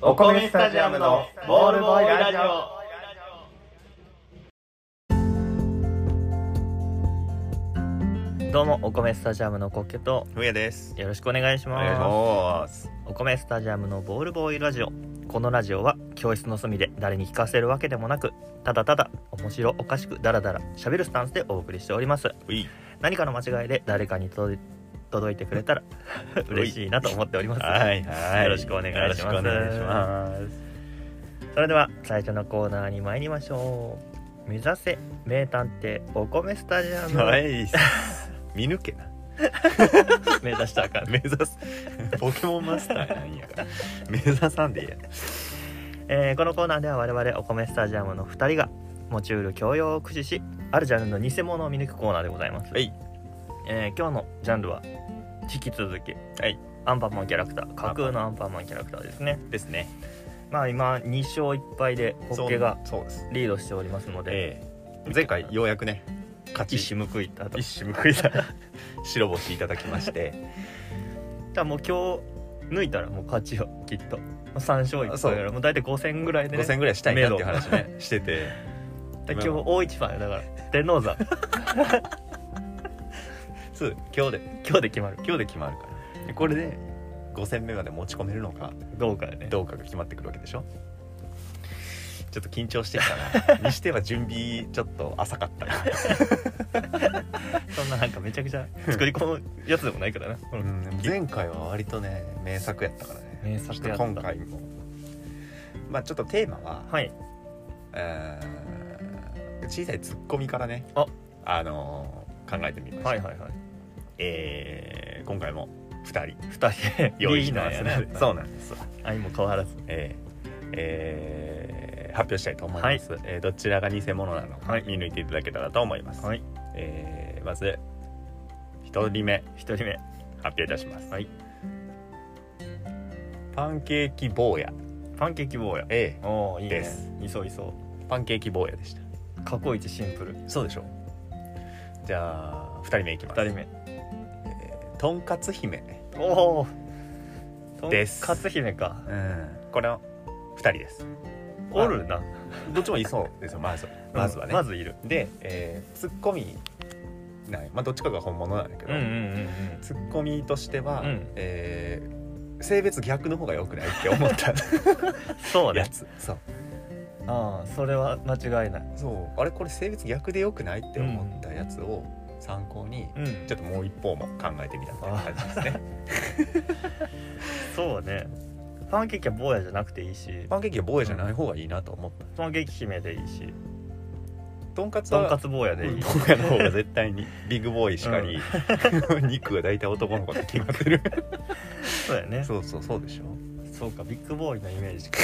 お米スタジアムのボールボーイラジオどうもお米スタジアムのコッケとふうやですよろしくお願いしおます願いしますお米スタジアムのボールボーイラジオこのラジオは教室の隅で誰に聞かせるわけでもなくただただ面白おかしくダラダラ喋るスタンスでお送りしておりますうい何かの間違いで誰かに届い届いてく れたら嬉しいなと思っておりますはいはいよろしくお願いしますよろくお願いしますそれでは最初のコーナーに参りましょう目指せ名探偵お米スタジアム、はい見抜けな 目指したらあかん目指すポケモンマスターなんやから目指さんでいいやえーこのコーナーでは我々お米スタジアムの2人が持ちうる教養を駆使しあるジャンルの偽物を見抜くコーナーでございます、はいえー今日のジャンルは引き続き、はいアンパンマンキャラクター架空のアンパンマンキャラクターですねですねまあ今2勝1敗でホッケがそうそうですリードしておりますので、ええ前回ようやくね勝ち一矢報いたとじ一矢報いた白星いただきましてゃあもう今日抜いたらもう勝ちよきっと3勝1敗だそかうらもう大体5戦ぐらいで、ね、 5000ぐらいしたいなっていう話ねしててだから今日大一番だから天王 山そう今日で今日で決まる今日で決まるからでこれで5戦目まで持ち込めるのかどうかでねどうかが決まってくるわけでしょちょっと緊張してきたな にしては準備ちょっと浅かったな、そんななんかめちゃくちゃ作り込むやつでもないからな。うん前回は割とね名作やったからね名作やっちょたっと今回もまあちょっとテーマは、はい。えー小さいツッコミからねああのー考えてみました、はいはいはい。えー今回も2人二人用意ししててますので そ。そううなんです相も変わらず。えーえー発表したいと思います、えーどちらが偽物なのかはい見抜いていただけたらと思います、はい。えーまず1人目一人目。発表いたします、はいパンケーキ坊やパンケーキ坊や。えおおいいでねす。いそういそう。えパンケーキ坊やでした過去一シンプル。そうでしょうじゃあ2人目いきます二人目。えーとんかつ姫おお。とんですかつ姫か。うんこれの2人ですおるな。どっちもい そうですよまずまずはね、まずいる。で、えーツッコミないまあどっちかが本物なんだけうど、んうんうんうん。ツッコミとしては、うんえー性別逆の方が良くないって思ったそうやね。つそうああそれは間違いない。そうあれこれ性別逆で良くないって思ったやつを参考に、うんち。ょっともう一方も考えてみたっていう感じですねそうね。パンケーキは坊やじゃなくていいし、パンケーキは坊やじゃない方がいいなと思ったパンケーキ姫でいいし、とんかつとんかはつ坊や坊でいい。やの方が絶対にビッグボーイしかり、肉は大体男の子って決ま ってるそうやね。そうそうそうでしょそうかビッグボーイのイメージか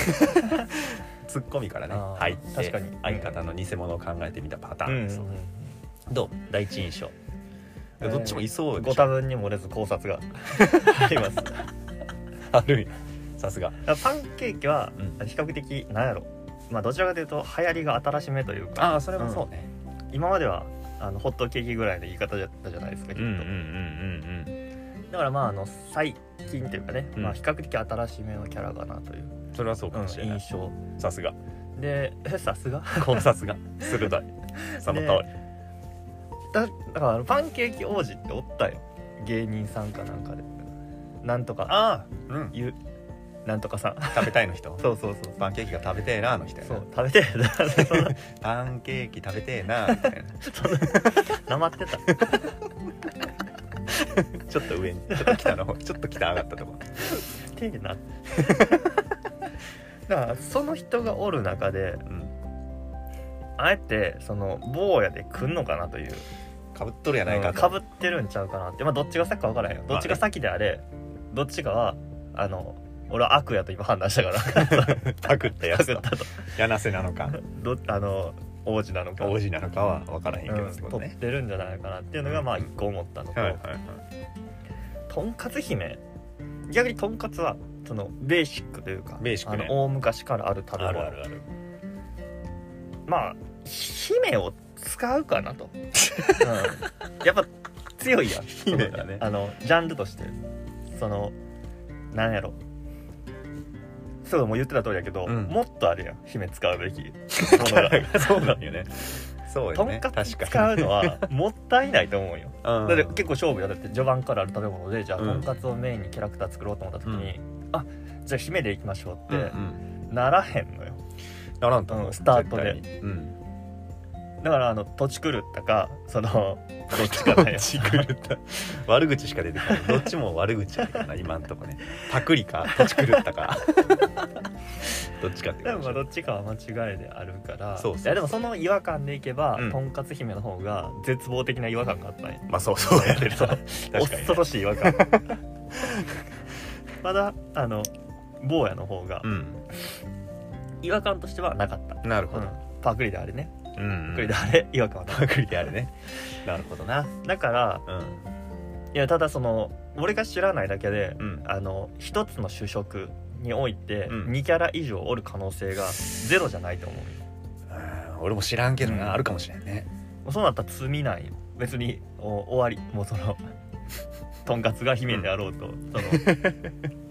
ツッコミからねあー入って確かに相方の偽物を考えてみたパターンです、どう第一印象、えーどっちもいそうでごしょ多分に漏れず考察 がありますだかあるんやさすがらパンケーキはう比較的なんやろ、まあどちらかというと流行りが新しめというかああそれもそうね、今まではあのホットケーキぐらいの言い方だったじゃないですかきっと、んうんだからまああの最近というかね、うんまあ、比較的新しめのキャラかなという、それはそうかもしれない、印象さすがでえさすが 考察が鋭いその通り、だだからあのパンケーキ王子っておったよ芸人さんかなんかでなんとかああうんゆなんとかさん 食べたいの人そうそうそうパンケーキが食べてえなの人やそなう食べて そんなパンケーキ食べてえなみたいなまってたなちょっと上にちょっと北の方ちょっと北上がったとこてえな だからその人がおる中でうんあえてその坊やで来んのかなというかぶっとるやないかとかぶってるんちゃうかなって、まあ、どっちが先か分からへんよどっちが先であれどっちかはあの俺は悪やと今判断したから パクったやパつクっとたと柳瀬なのかどあの王子なのか王子なのかは分からへんけどってうんこと取っね、てるんじゃないかなっていうのがまあ一個思ったのと、はいはいはいとんかつ姫逆にとんかつはそのベーシックというかベーシックねあの大昔からある食べ物あるまあ姫を使うかな と、うん、やっぱ強いやん姫だねあのジャンルとしてそのなんやろそうもう言ってた通りやけど、うんもっとあるやん姫使う べきものがそうなんよねそうとよんねかつ確使かうにのはもったいないと思うよだだって結構勝負よだって序盤からある食べ物でじゃあうんとんかつをメインにキャラクター作ろうと思った時に、あじゃあ姫でいきましょうっうんうてんならへんのよならんとう思んうスタートで絶対にうんだからあの土地狂ったかそ のどっちかだよち狂った悪口しか出てこないどっちも悪口やからな今んとこねパクリか土地狂った かどっちかってでもまあことどっちかは間違いであるからそうそうそういやでもその違和感でいけば、うんとんかつ姫の方が絶望的な違和感があったんやまあそうそうや れるそう確かにね恐ろしい違和 感まだあの坊やの方がうん違和感としてはなかった、なるほうどんパクリであれねうんパクリであれ違和感はなかっパクリであれねなるほどなただからうんいやただその俺が知らないだけでうんあの一つの主食においてうん2キャラ以上おる可能性がゼロじゃないと思う俺も知らんけどな、うんあるかもしれんねもうそうなったら罪ないよ別にお終わりもうそのとんかつが姫であろうと、その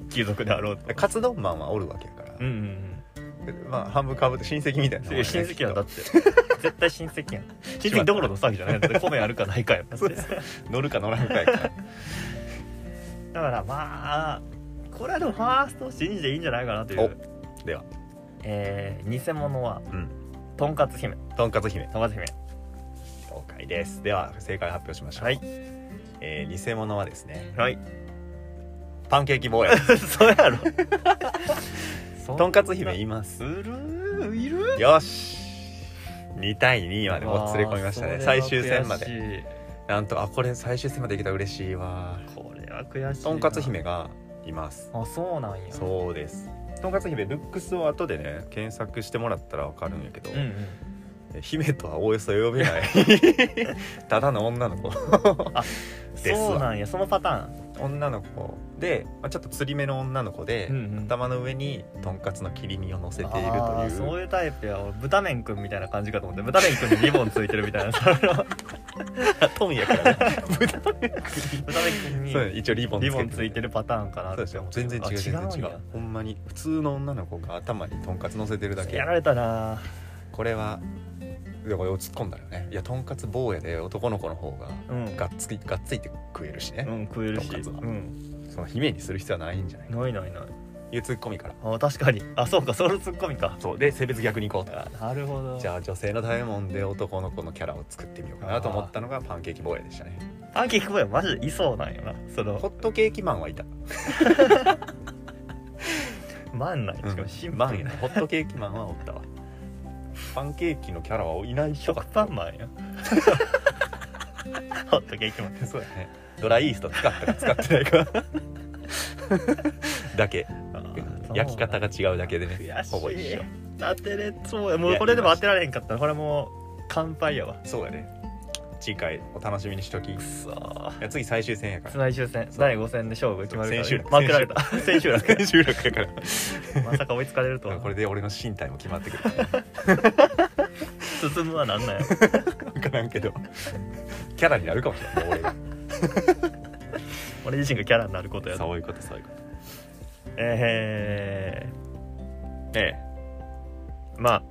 貴族であろ うとカツ丼マンはおるわけやから、うんうんまあ半分かぶって親戚みたいなうんいや親戚やんだだって絶対親 戚やん親戚どころの騒ぎじゃないだって米あるかないかやんだってそうです乗るか乗らんかやからだからまあこれはでもファーストを信じていいんじゃないかなというではえー、偽物はうんとんかつ姫とんかつ姫とんかつ姫了解ですでは正解発表しましょうはいえー偽物はですねはいパンケーキ坊や そう やろとんかつ姫いますいるいるよし2対2までもつれ込みましたね最終戦まででなんとあこれ最終戦までいけたら嬉しいわこれは悔しいなとんかつ姫がいますあそうなんやそうですとんかつ姫ルックスを後でね検索してもらったらわかるんやけど、うんうん姫とはおおよそ呼べない ただの女の子ですわそうなんやそのパターン女の子で、まあ、ちょっと釣り目の女の子で、うんうん頭の上にとんかつの切り身を乗せているとあーそいうういうタイプや俺豚麺くんみたいな感じかと思って豚麺くんにリボンついてるみたいな その豚 トンやからね麺くんにそう一応リボンリボンついてるるパターンかなそうっですてよ思って全然違う全あ然違んうやほんまに普通の女の子が頭にとんかつ乗せてるだけやられたなこれはでも突っ込んだよねいやとんかつ坊やで男の子の方がうんがっつきがっついて食えるしね、うん食えるしとんかつはうんその姫にする必要はないんじゃないないないないいうツッコミからあ確かにあそうかそのツッコミかそうで性別逆に行こうとあなるほどじゃあ女性の食べ物で男の子のキャラを作ってみようかなと思ったのがパンケーキボーイでしたねパンケーキボーイはマジでいそうなんよなそのホットケーキマンはいたマンなんやしかもシンプルマンやなホットケーキマンはおったわ パンケーキのキャラはいない人食がパンマン やホットケーキマンそうやねドライイースト使ったか使ってないか だけ焼き方が違うだけでね悔しいほぼ一緒当てれそうやもうこれでも当てられへんかったらこれもう乾杯やわそうやね次回お楽しみにしときいくそーや次最終戦やから最終戦第5戦で勝負決まるから千秋楽負けられた千秋 楽収録やからまさか追いつかれるとはこれで俺の身体も決まってくる進むはな んなんや分からんけどキャラになるかもしれない俺が俺自身がキャラになることやとそういうことそういうことええー、まあ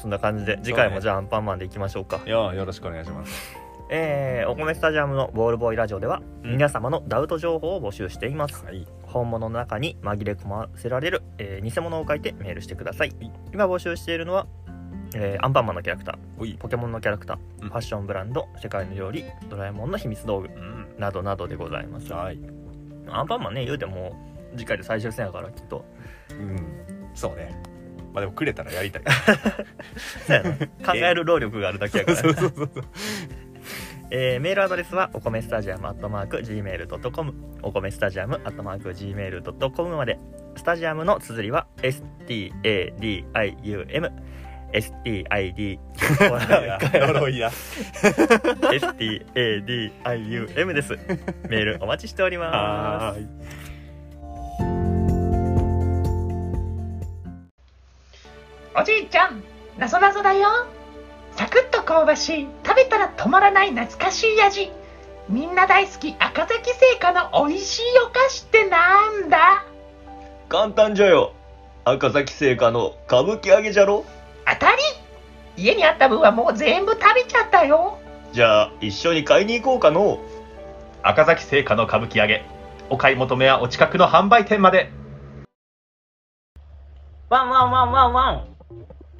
そんな感じで次回もじゃあアンパンマンでいきましょうかえよよろしくお願いしますえー、お米スタジアムのボールボーイラジオではうん皆様のダウト情報を募集しています、はい本物の中に紛れ込ませられる、えー偽物を書いてメールしてください今募集しているのは、えーアンパンマンのキャラクターおいポケモンのキャラクター、うんファッションブランド世界の料理ドラえもんの秘密道具うんなどなどでございますはいアンパンマンね言うても次回で最終戦やからきっとうんそうねまあでもくれたらやりたいそうやな考える労力があるだけやから、 そうそう そうえーメールアドレスはお米スタジアムアットマーク Gmail.com お米スタジアムアットマーク Gmail.com までスタジアムの綴りは STADIUM STID 呪いや STADIUM ですメールお待ちしておりますーいおじいちゃん、なぞなぞだよ。サクッと香ばしい、食べたら止まらない懐かしい味。みんな大好き赤崎製菓の美味しいお菓子ってなんだ簡単じゃよ赤崎製菓の歌舞伎揚げじゃろ当たり家にあった分はもう全部食べちゃったよじゃあ一緒に買いに行こうかの赤崎製菓の歌舞伎揚げお買い求めはお近くの販売店までワンワンワンワンワン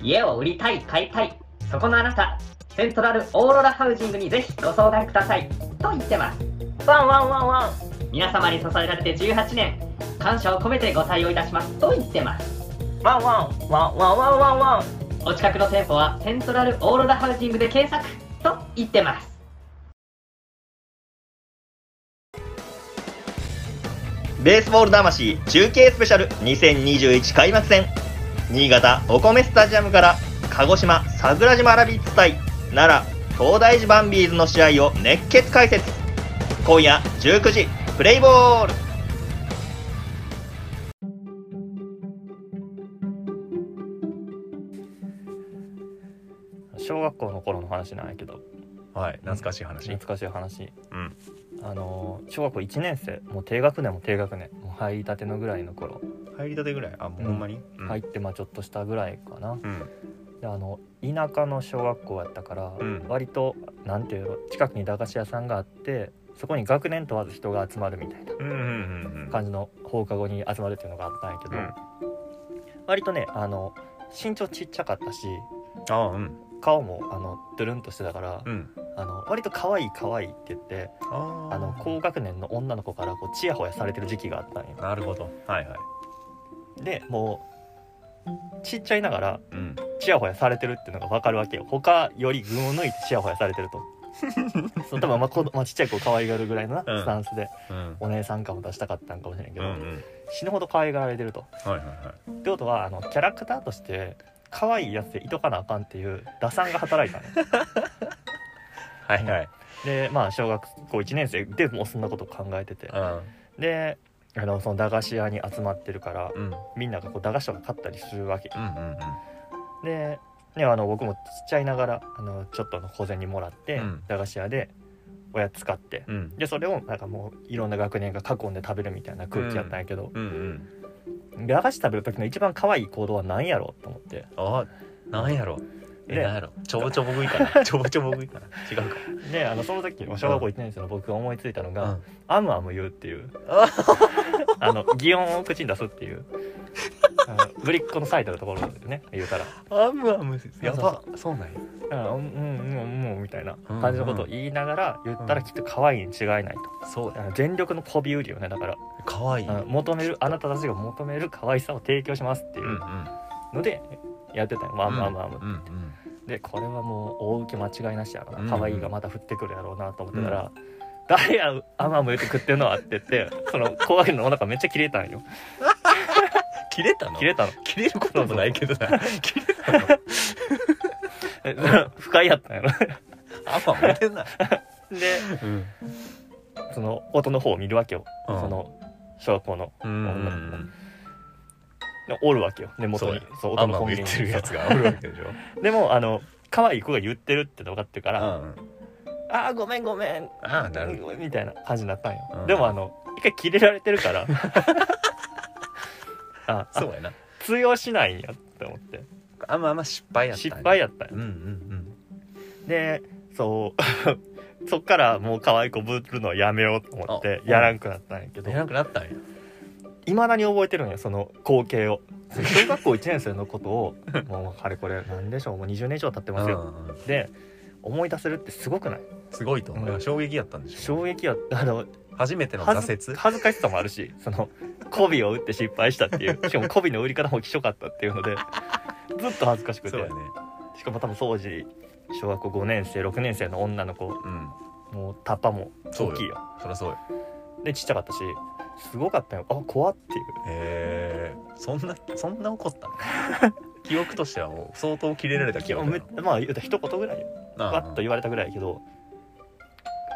家を売りたい買いたいそこのあなたセントラルオーロラハウジングにぜひご相談くださいと言ってますワンワンワンワン皆様に支えられて18年感謝を込めてご対応いたしますと言ってますワンワンワンワンワンワンワンお近くの店舗はセントラルオーロラハウジングで検索と言ってますベースボール魂中継スペシャル2021開幕戦新潟お米スタジアムから鹿児島桜島ラビッツ対奈良東大寺バンビーズの試合を熱血解説今夜19時プレイボール小学校の頃の話なんやけどはい懐かしい話懐かしい話、うんあの小学校1年生もう低学年も低学年もう入りたてのぐらいの頃、入りたてぐらいあもううんほんまに、うん入ってまあちょっとしたぐらいかなうんであの田舎の小学校やったから、うん割となんていうの近くに駄菓子屋さんがあってそこに学年問わず人が集まるみたいなうんうんうんうん感じの放課後に集まるっていうのがあったんやけど、うん割とねあの身長ちっちゃかったしあうん顔もあのドゥルンとしてたから、うんあの割と可愛い可愛いって言ってあーあの高学年の女の子からこうチヤホヤされてる時期があったんよなるほどはいはいでもうちっちゃいながらうんチヤホヤされてるっていうのが分かるわけよ他より群を抜いてチヤホヤされて るとそう多分まあ子供まあちっちゃい子を可愛がるぐらいのなうんスタンスで、うんお姉さん感を出したかったんかもしれないけうんうど、ん死ぬほど可愛がられてるとはいはいはいってことはあのキャラクターとして可愛いやつでいとかなあかんっていう打算が働い たのはいはいでまあ小学校1年生でもうそんなこと考えててであのその駄菓子屋に集まってるからうんうんみんながこう駄菓子とか買ったりするわけうんうんで、ね、あの僕もちっちゃいながらあのちょっとの小銭もらって、うん駄菓子屋でおやつ買って、うんうんでそれをなんかもういろんな学年が囲んで食べるみたいな空気やったんやけど、うんうん駄菓子食べる時の一番可愛い行動は何やろうと思ってあなんやろえねなんやろちょぼちょぼ食いか なちょぼちょぼ食いかな違うかであのその時小学校1年生の僕が思いついたのが「うんアムアム言う」っていう ああの擬音を口に出すっていうあのぶりっ子の最たるところでね言うからアムアムやばそうなんや「うんうんうんうん」みたいな感じのことを言いながら言ったらきっと可愛いに違いないと。そうあだの全力の媚び売りよねだから、かわいいあの求めるあなたたちが求める可愛さを提供しますっていうんうんうのでやってたよ、まあまあまあまあうんうんでこれはもう大受け間違いなしやろうんな可愛いがまた降ってくるやろうなと思ってたら、誰やあまあも言って食ってんのはって言ってその怖いのお腹めっちゃ切れたんよ切れたの切れたの切れることもないけど な切れたのえ不快やっ たんやろアムアム言うてんなでうんその音の方を見るわけよ、うんその小学校のうんうんう女の子んでおるわけよ根元にそうそうア音ムのアムコンビ言ニっにてるやつがおるわけでしょそうでもあの可愛い子が言ってるって分かってるか ら、ああーごめんごめんあなるほどみたいな感じになったんよ、うんでもあの一回キレられてるから ああそうやな通用しないんやって思ってあんまあんま失敗やった失敗ややったんうよんうんでそうそっからもう 可愛い子ぶるのやめようと思ってあやらんくなったんやけうんどやらなくなったんやいまだに覚えてるんやその光景を小学校1年生のことをもうあれこれ何でしょうもう20年以上経ってますよ、うんうんで思い出せるってすごくないすごいと思ううん衝撃やったんでしょ衝撃はあの初めての恥ず挫折恥ずかしさもあるしその媚びを打って失敗したって いうしかも媚びの売り方もきしょかったっていうのでずっと恥ずかしくそうてやねしかも多分当時小学校5年生6年生の女の子うんもうタッパもそう大よきいよそりゃそうよでちっちゃかったしすごかったよあ怖っていうへえそんなそんな怒ったの 記憶としてはもう相当キレられた記憶めやまあ言うたら一言ぐらいなわっとうん言われたぐらいやけど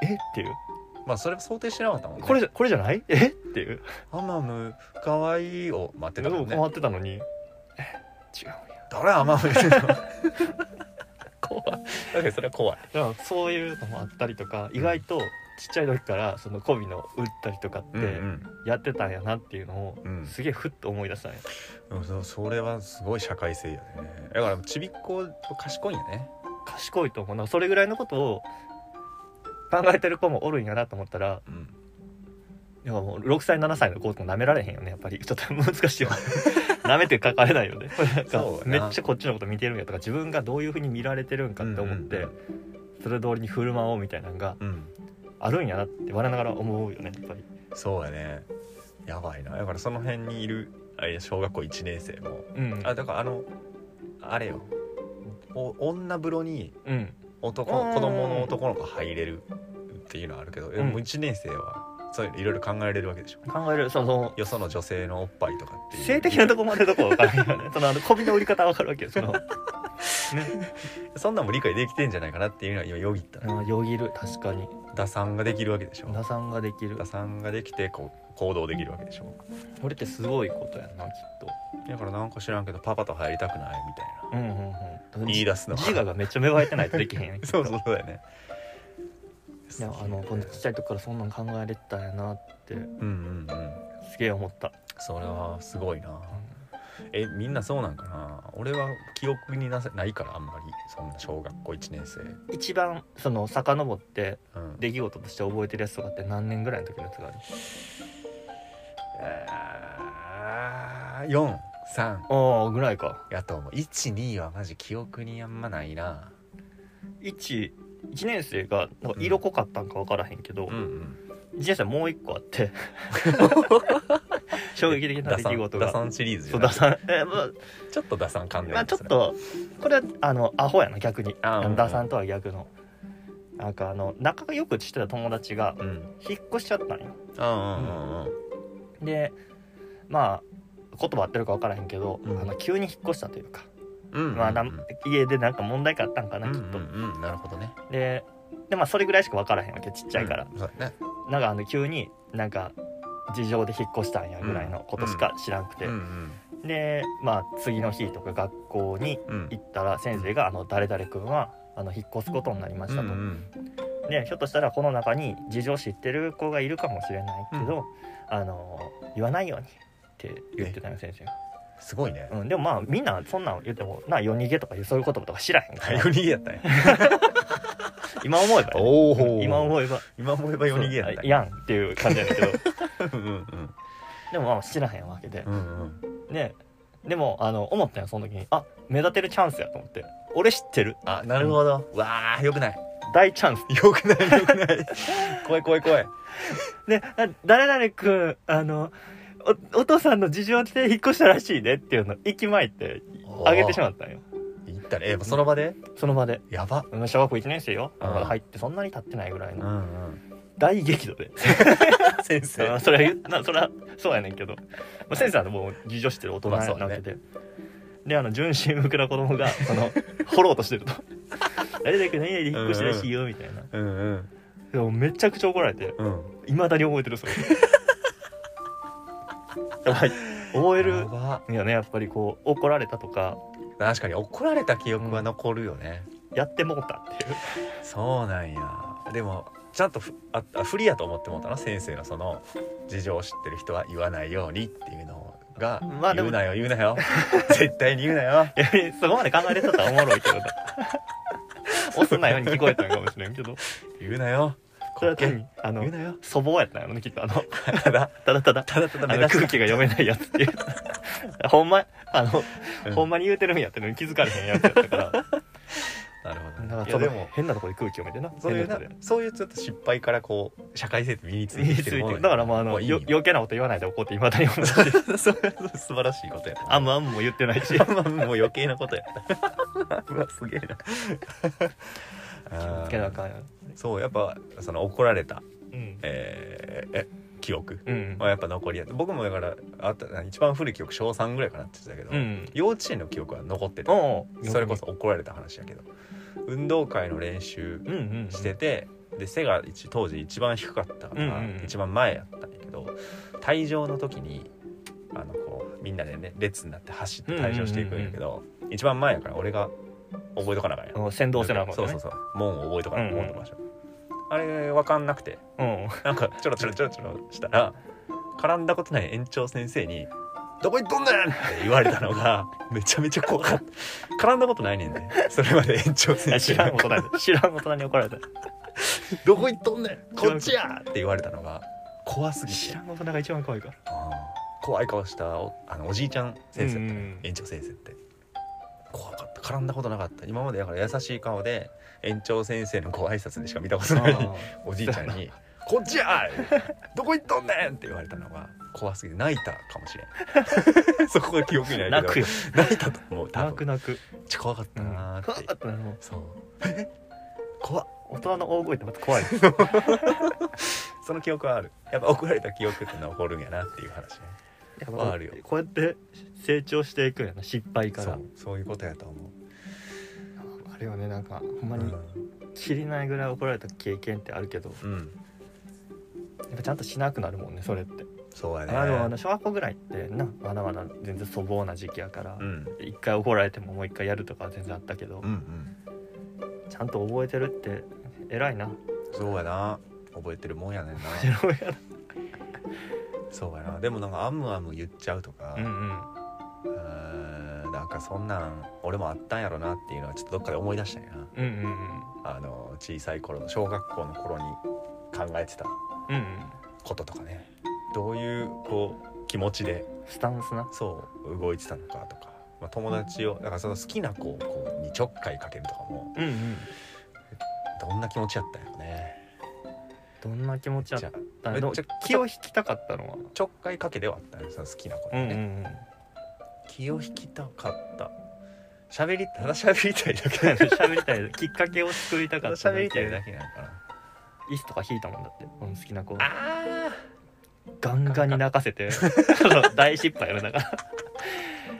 えっていうまあそれは想定してなかったもんねこれじゃこれじゃないえっていうアムアムかわいいを待ってたもんね困って たのにえ違うんや誰アマム怖い確かにそれは怖いうんそういうのもあったりとか意外とちっちゃい時からその媚びの打ったりとかっうんうてんやってたんやなっていうのをうんすげえふっと思い出したんやうんそうそれはすごい社会性やねだからちびっ子賢いんやね賢いと思うなそれぐらいのことを考えてる子もおるんやなと思ったらうんいやもう6歳7歳の子とも舐められへんよねやっぱりちょっと難しい わ舐めてかかれないよねなんかそうめやなっちゃこっちのこと見てるんやとか自分がどういうふうに見られてるんかって思って、それ通りに振る舞おうみたいなのがうん、うんあるんやなって我ながら思うよねやっぱりそうやねやばいなだからその辺にいるあれ小学校1年生もうんあだからあのあれよお女風呂にうん男うん子供の男の子入れるっていうのはあるけど、でうんも1年生はそういうのいろいろ考えられるわけでしょ考えるそのよその女性のおっぱいとかっていう性的なとこまでどこわからんよ ねそのあの媚びの売り方わかるわけよそのそんなんも理解できてんじゃないかなっていうのは今よぎったなうんよぎる確かに打算ができるわけでしょ皆さんができる打算ができてこう行動できるわけでしょこれってすごいことやんなきっとだからなんか知らんけどパパと入りたくないみたいなうんうんうん言い出すのが自我がめっちゃ芽生えてないとできへん やん そうそうそうだよねいやあのこんなちっちゃい時からそんなん考えれてたんやなってうんうんうんすげえ思った、それはすごいなえみんなそうなんかな俺は記憶になせないからあんまりそんな小学校1年生一番その遡ってうん出来事として覚えてるやつとかって何年ぐらいの時のやつがあるあー43ああぐらいかやと思う12はマジ記憶にあんまないな11年生がなんか色濃かったんか分からへんけど、ん1年生もう一個あって 衝撃的な出来事ダがサンシリーズじそゃうなだいさんえまあちょっとダサン関連まあちょっとこれはあのアホやな逆にあーあうんうのんダサンとは逆のなんかあの仲がよくしてた友達がうんうん引っ越しちゃったんようんうんでまあ言葉合ってるか分からへんけど、うんあの急に引っ越したというか、うんまあなうんんうん家でなんか問題があったんかなきっと、うんうんなるほどねででまあそれぐらいしか分からへんわけちっちゃいからう、んそうだねなんかあの急になんか事情で引っ越したんやぐらいのことしか知らんくて、うんでまあ次の日とか学校にうん行ったら先生が「あの誰々君はあの引っ越すことになりました」と。うんでひょっとしたらこの中に事情知ってる子がいるかもしれないけど、あの言わないようにって言ってたよ先生が、すごいねうん、でもまあみんなそんなん言ってもな夜逃げとかいうそういう言葉とか知らへんから夜逃げやったね 今思えばね、おうん今思えば今思えば夜逃げやったそうやんっていう感じやねんけど うんうんでもまあ知らへんわけでう、んうんねでもあの思ったよその時にあ目立てるチャンスやと思って俺知ってるあなるほどわあよくない大チャンスよくないよくない怖い怖い怖いであ誰々君あのおお父さんの事情で引っ越したらしいねっていうの行きまいてあげてしまったんよ行ったらえその場でその場でやばうん小学校1年生よ、うんまだ入ってそんなに経ってないぐらいうんうのん大激怒で、先う生んそれは言うなそれはそうやねんけど、まあ、先生はもう自助してる大人まあそうなだわねけで、であの純真無垢な子供がその掘ろうとしてる と「誰々君何々で引っ越してらしいよ」みたいな、うんうんでもめちゃくちゃ怒られてうんいまだに覚えてる それやばい覚えやるばいやねやっぱりこう怒られたとか確かに怒られた記憶は残るよねやってもうたっていうそうなんやでもちゃんとふああ不利やと思ってもうたな先生のその事情を知ってる人は言わないようにっていうのがまあで言もうなよ言うな よ絶対に言うなよいやそこまで考えれてたらおもろいけど な押すなように聞こえたのかもしれんけど言うなよそれは単にあ言うのなよ粗暴やったんやろねきっとあのただただただただただあ目の立空つ気が読めないやつっていう ほんまあの、うんほんまに言うてるんやってのに気づかれへんやつやったからだかなるほどらねいちやょっでとも変なとこで空気読めてなそういうな変なとこそういうちょっと失敗からこう社会性って身につで身いにてきついててるものるだからまああのいいよよ余計なこと言わないで怒っていまだ に思う しそれは素晴らしいことやなあんまあんも言ってないしあんまもう余計なことやな うわすげえなあーつけなあかんよそうやっぱその怒られた、うんえーえ記憶うんはやっぱ残りや僕もだからあった一番古い記憶小3ぐらいかなって言ってたけど、うん幼稚園の記憶は残ってておうそれこそ怒られた話やけど運動会の練習うんうんうんしてて、で背が一当時一番低かったから、うんうんうん一番前やったんやけど退場の時にあのこうみんなでね列になって走って退場していくんやけど、一番前やから俺が覚えとかなあかんやんうん先導せなあかんかそうらねそうそう門を覚えとかなあかんうんうん門の場所あれ分かんなくてうんなんかちょろちょろちょろちょろしたら絡んだことない園長先生に「どこ行っとんねん!」って言われたの がめちゃめちゃ怖かった絡んだことないねんでそれまで園長いや先生知がらん大人 に知らん大人に怒られた「どこ行っとんねんこっちや!」って言われたのが怖すぎ知てらん大人が一番怖いからあー怖い顔したおあのおじいちゃん先生だったの、うん園長先生って怖かった絡んだことなかった今までだから優しい顔で園長先生のご挨拶でしか見たことないおじいちゃんに「こっちや!」どこ行っとんねん!」って言われたのが怖すぎて泣いたかもし れんそこが記憶にない泣けどくよ 泣いたと思う多泣く分泣くめっちゃ怖かったなふーわって、ーってなるもんそうえ怖っ大人の大声ってまた怖いその記憶はあるやっぱ怒られた記憶って残るんやなっていう話ねやぱあるよこうやって成長していくんやな失敗かそらうそういうことやと思う、あるよねなんかほんまうんに切りないぐらい怒られた経験ってあるけどうん、やっぱちゃんとしなくなるもんねそれって、そうやねあのあの小学校ぐらいってなまだまだ全然粗暴な時期やからうん一、回怒られてももう一回やるとかは全然あったけど、うんうんちゃんと覚えてるって偉いなそうやな覚えてるもんやねん な面白いやそうやなでもなんかあむあむ言っちゃうとか、なうんうんうーんなんかそんなん俺もあったんやろなっていうのはちょっとどっかで思い出したんやなうんうんあの小さい頃の小学校の頃に考えてたうんうんこととかねどういうこう気持ちでスタンスなそう動いてたのかとか、まあ、友達をだからその好きな子をこうにちょっかいかけるとかもうんうんどんな気持ちやったんやろねどんな気持ちやじっゃあたんめやろっちゃ気を引きたかったのはちょっかいかけではあったんやその好きな子にうね、んうん気を引きたかった喋りただ喋りたいだけうんだ 喋りたいきっかけを作りたかった喋りたいだねけなのかな椅子とか引いたもんだって俺の好きな子ああガンガンに泣かせてそう大失敗やろだから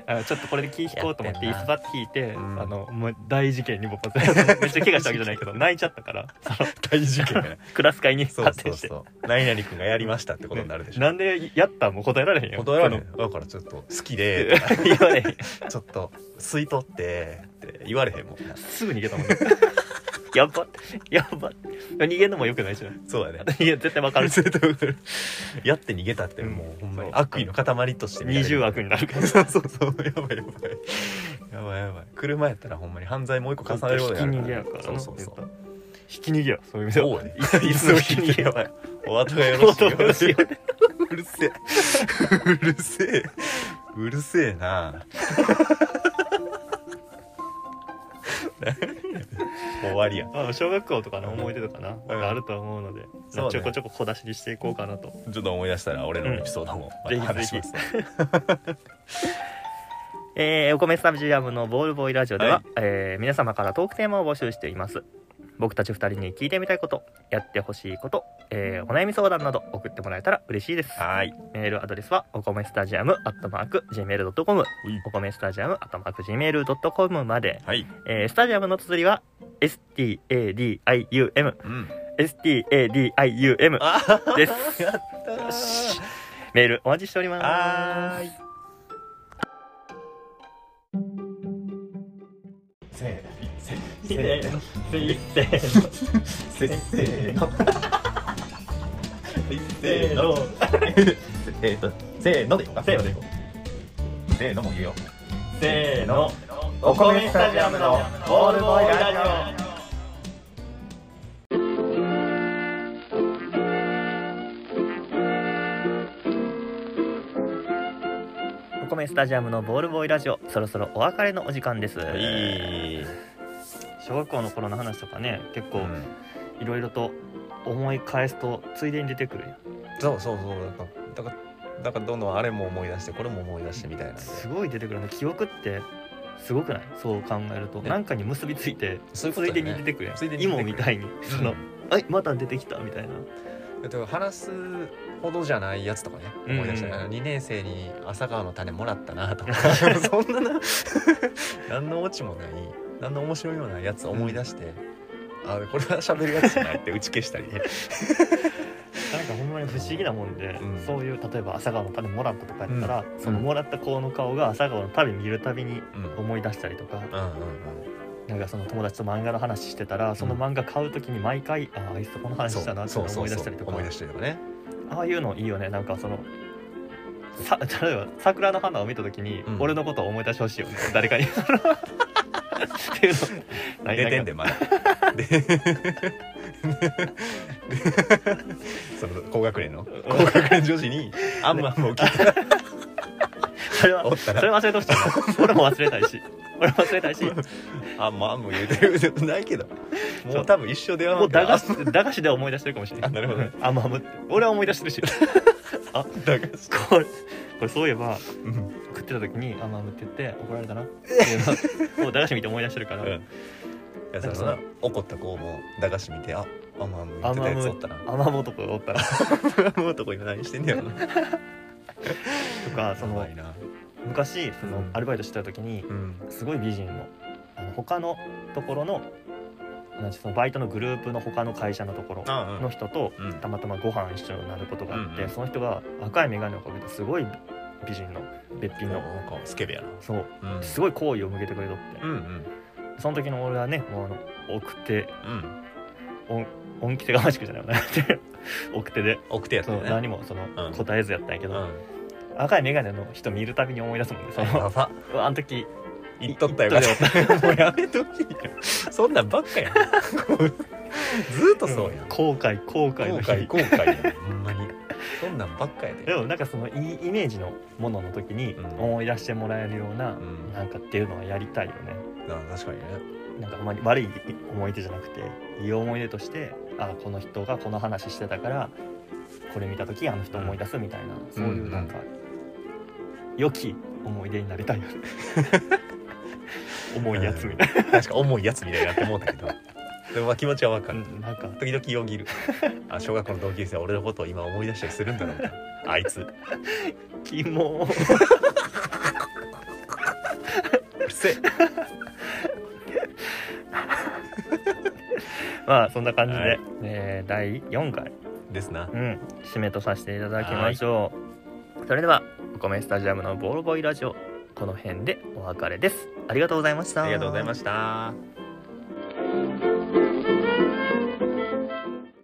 あのちょっとこれで気引こうと思ってやってん椅な子ばって引いて、うんあのもう大事件に勃発 めっちゃ怪我したわけじゃないけど泣いちゃったからその大事件やねクラス会にそう発そ展うしてそう何々君がやりましたってことになるでしょ、なんでやったんも答えられへんよ答えられんだからちょっと好きでとかその言われへんちょっと吸い取ってって言われへんもんな すぐ逃げたもんね やばやば逃げんのもよくないじゃんそうやねいや絶対わかる絶対わかるやって逃げたってもうほんまにそう悪意の塊として見ら 二れる重悪になるからそうそうそうやばいやばい やばいやばい車やったらほんまに犯罪もう一個重ねること引きになる逃げやからなそうそうそう絶対引き逃げやそういう意味ではそうね。椅子の引き逃げやばい。お後がよろ しいようで。うるせえ。うるせえ。うるせえな。終わりや。あ小学校とかの思い出とかな、んあると思うので、そうねちょこちょこ小出しにしていこうかなとちょっと思い出したら俺のエピソードもまた話します。えーお米スタジアムのボールボーイラジオでは、はいえー皆様からトークテーマを募集しています僕たち2人に聞いてみたいことやってほしいこと、えーお悩み相談など送ってもらえたら嬉しいですはい。メールアドレスはお米スタジアムアットマーク Gmail.com お米スタジアムアットマーク Gmail.com まで、はい。えースタジアムの綴りは STADIUM うん。 STADIUM あでーすやったよーし。メールお待ちしておりますはーい。せーのせーせーの。せーの。えっと、せーのでいこうか。せーのでいこう。せーのも言うよ。せーのお米スタジアムのボールボーイラジオお米スタジアムのボールボーイラジオそろそろお別れのお時間ですいい。小学校の頃の話とかね結う構んいろいろと思い返すとついでに出てくるやんそうそうそうなんかだからだからどんどんあれも思い出してこれも思い出してみたいなんですごい出てくるね記憶ってすごくないそう考えるとねなんかに結びついてそういうことつだいでよにね出てくるやんついでに出てく芋るみたいにその「はいまた出てきた」みたいなだから話すほどじゃないやつとかねうん思い出したら、2年生に朝顔の種もらったなと かそんなな 何のオチもない何の面白みもないやつ思い出して、あこれは喋るやつじゃないって打ち消したりねなんかほんまに不思議なもんで、うんそういう例えば朝顔の種もらったとかやったら、そのもらった子の顔が朝顔の種見るたびにうんうん思い出したりとか、うんうんなんかその友達と漫画の話してたらその漫画買う時に毎回、ああいつとこの話したなってそうそ思うい出そうそしたうりとか思い出したりとかねああいうのいいよねなんかそのさ 例えば桜の花を見た時に、うん俺のことを思い出してほしいよね誰かにっていうのない出てんでまだでその高学年の高学年女子にあんまもう聞いてそれはおったそれら忘れてほしいな俺も忘れたいし俺も忘れた いしあんまあんま言うてることないけどもう多分一生電話もう駄菓だ子駄菓子で思い出してるかもしれないあなるほどねあまあもう俺は思い出してるしあ駄菓子これこれそういえばうん食ってた時に「あまあむ」って言って怒られたなっていう のをもう駄菓子見て思い出してるから、うんいやそのな怒った子も駄菓子見てああんまもう言あってまたあやむつおったなあまもとかおったらもうとこ今何してんねやろなと か そやのばいな昔そのうんアルバイトしてた時にうんすごい美人のあの他のところのなんてそのバイトのグループの他の会社のところあうんの人とうんたまたまご飯一緒になることがあって、うんうんその人が赤い眼鏡をかけたすごい美人のべっぴんのなんかスケベやなそううんすごい好意を向けてくれとって、うんうんその時の俺はねもうあの奥手うん音音気手がましくじゃないわね 奥手で奥手やっそたの何ねもそのうん答えずやったんやけうど、ん赤い眼鏡の人見るたびに思い出すもんねそのやば あの時言っとったよかった もうやめときよそんなんばっかやん ずっとそうやん後後悔後悔の日悔後悔やんほんまに そんなんばっかやででもなんかそのいいイメージのものの時にうん思い出してもらえるような、うんなんかっていうのはやりたいよねな確かにねなんかあんまり悪い思い出じゃなくていい思い出としてあこの人がこの話してたからこれ見た時あの人思い出すみたいな、そういうなんか、良き思い出になりたいよ ね重いやつみたいな、確か重いやつみたいになって思うたけどでもまあ気持ちはわかるうんなんか時々よぎるあ小学校の同級生は俺のことを今思い出したりするんだろうみたいなあいつうキモるせえ まあそんな感じで、はいえー第4回ですなうん、締めとさせていただきましょう。それでは、お米スタジアムのボールボーイラジオ、この辺でお別れです。ありがとうございました。ありがとうございました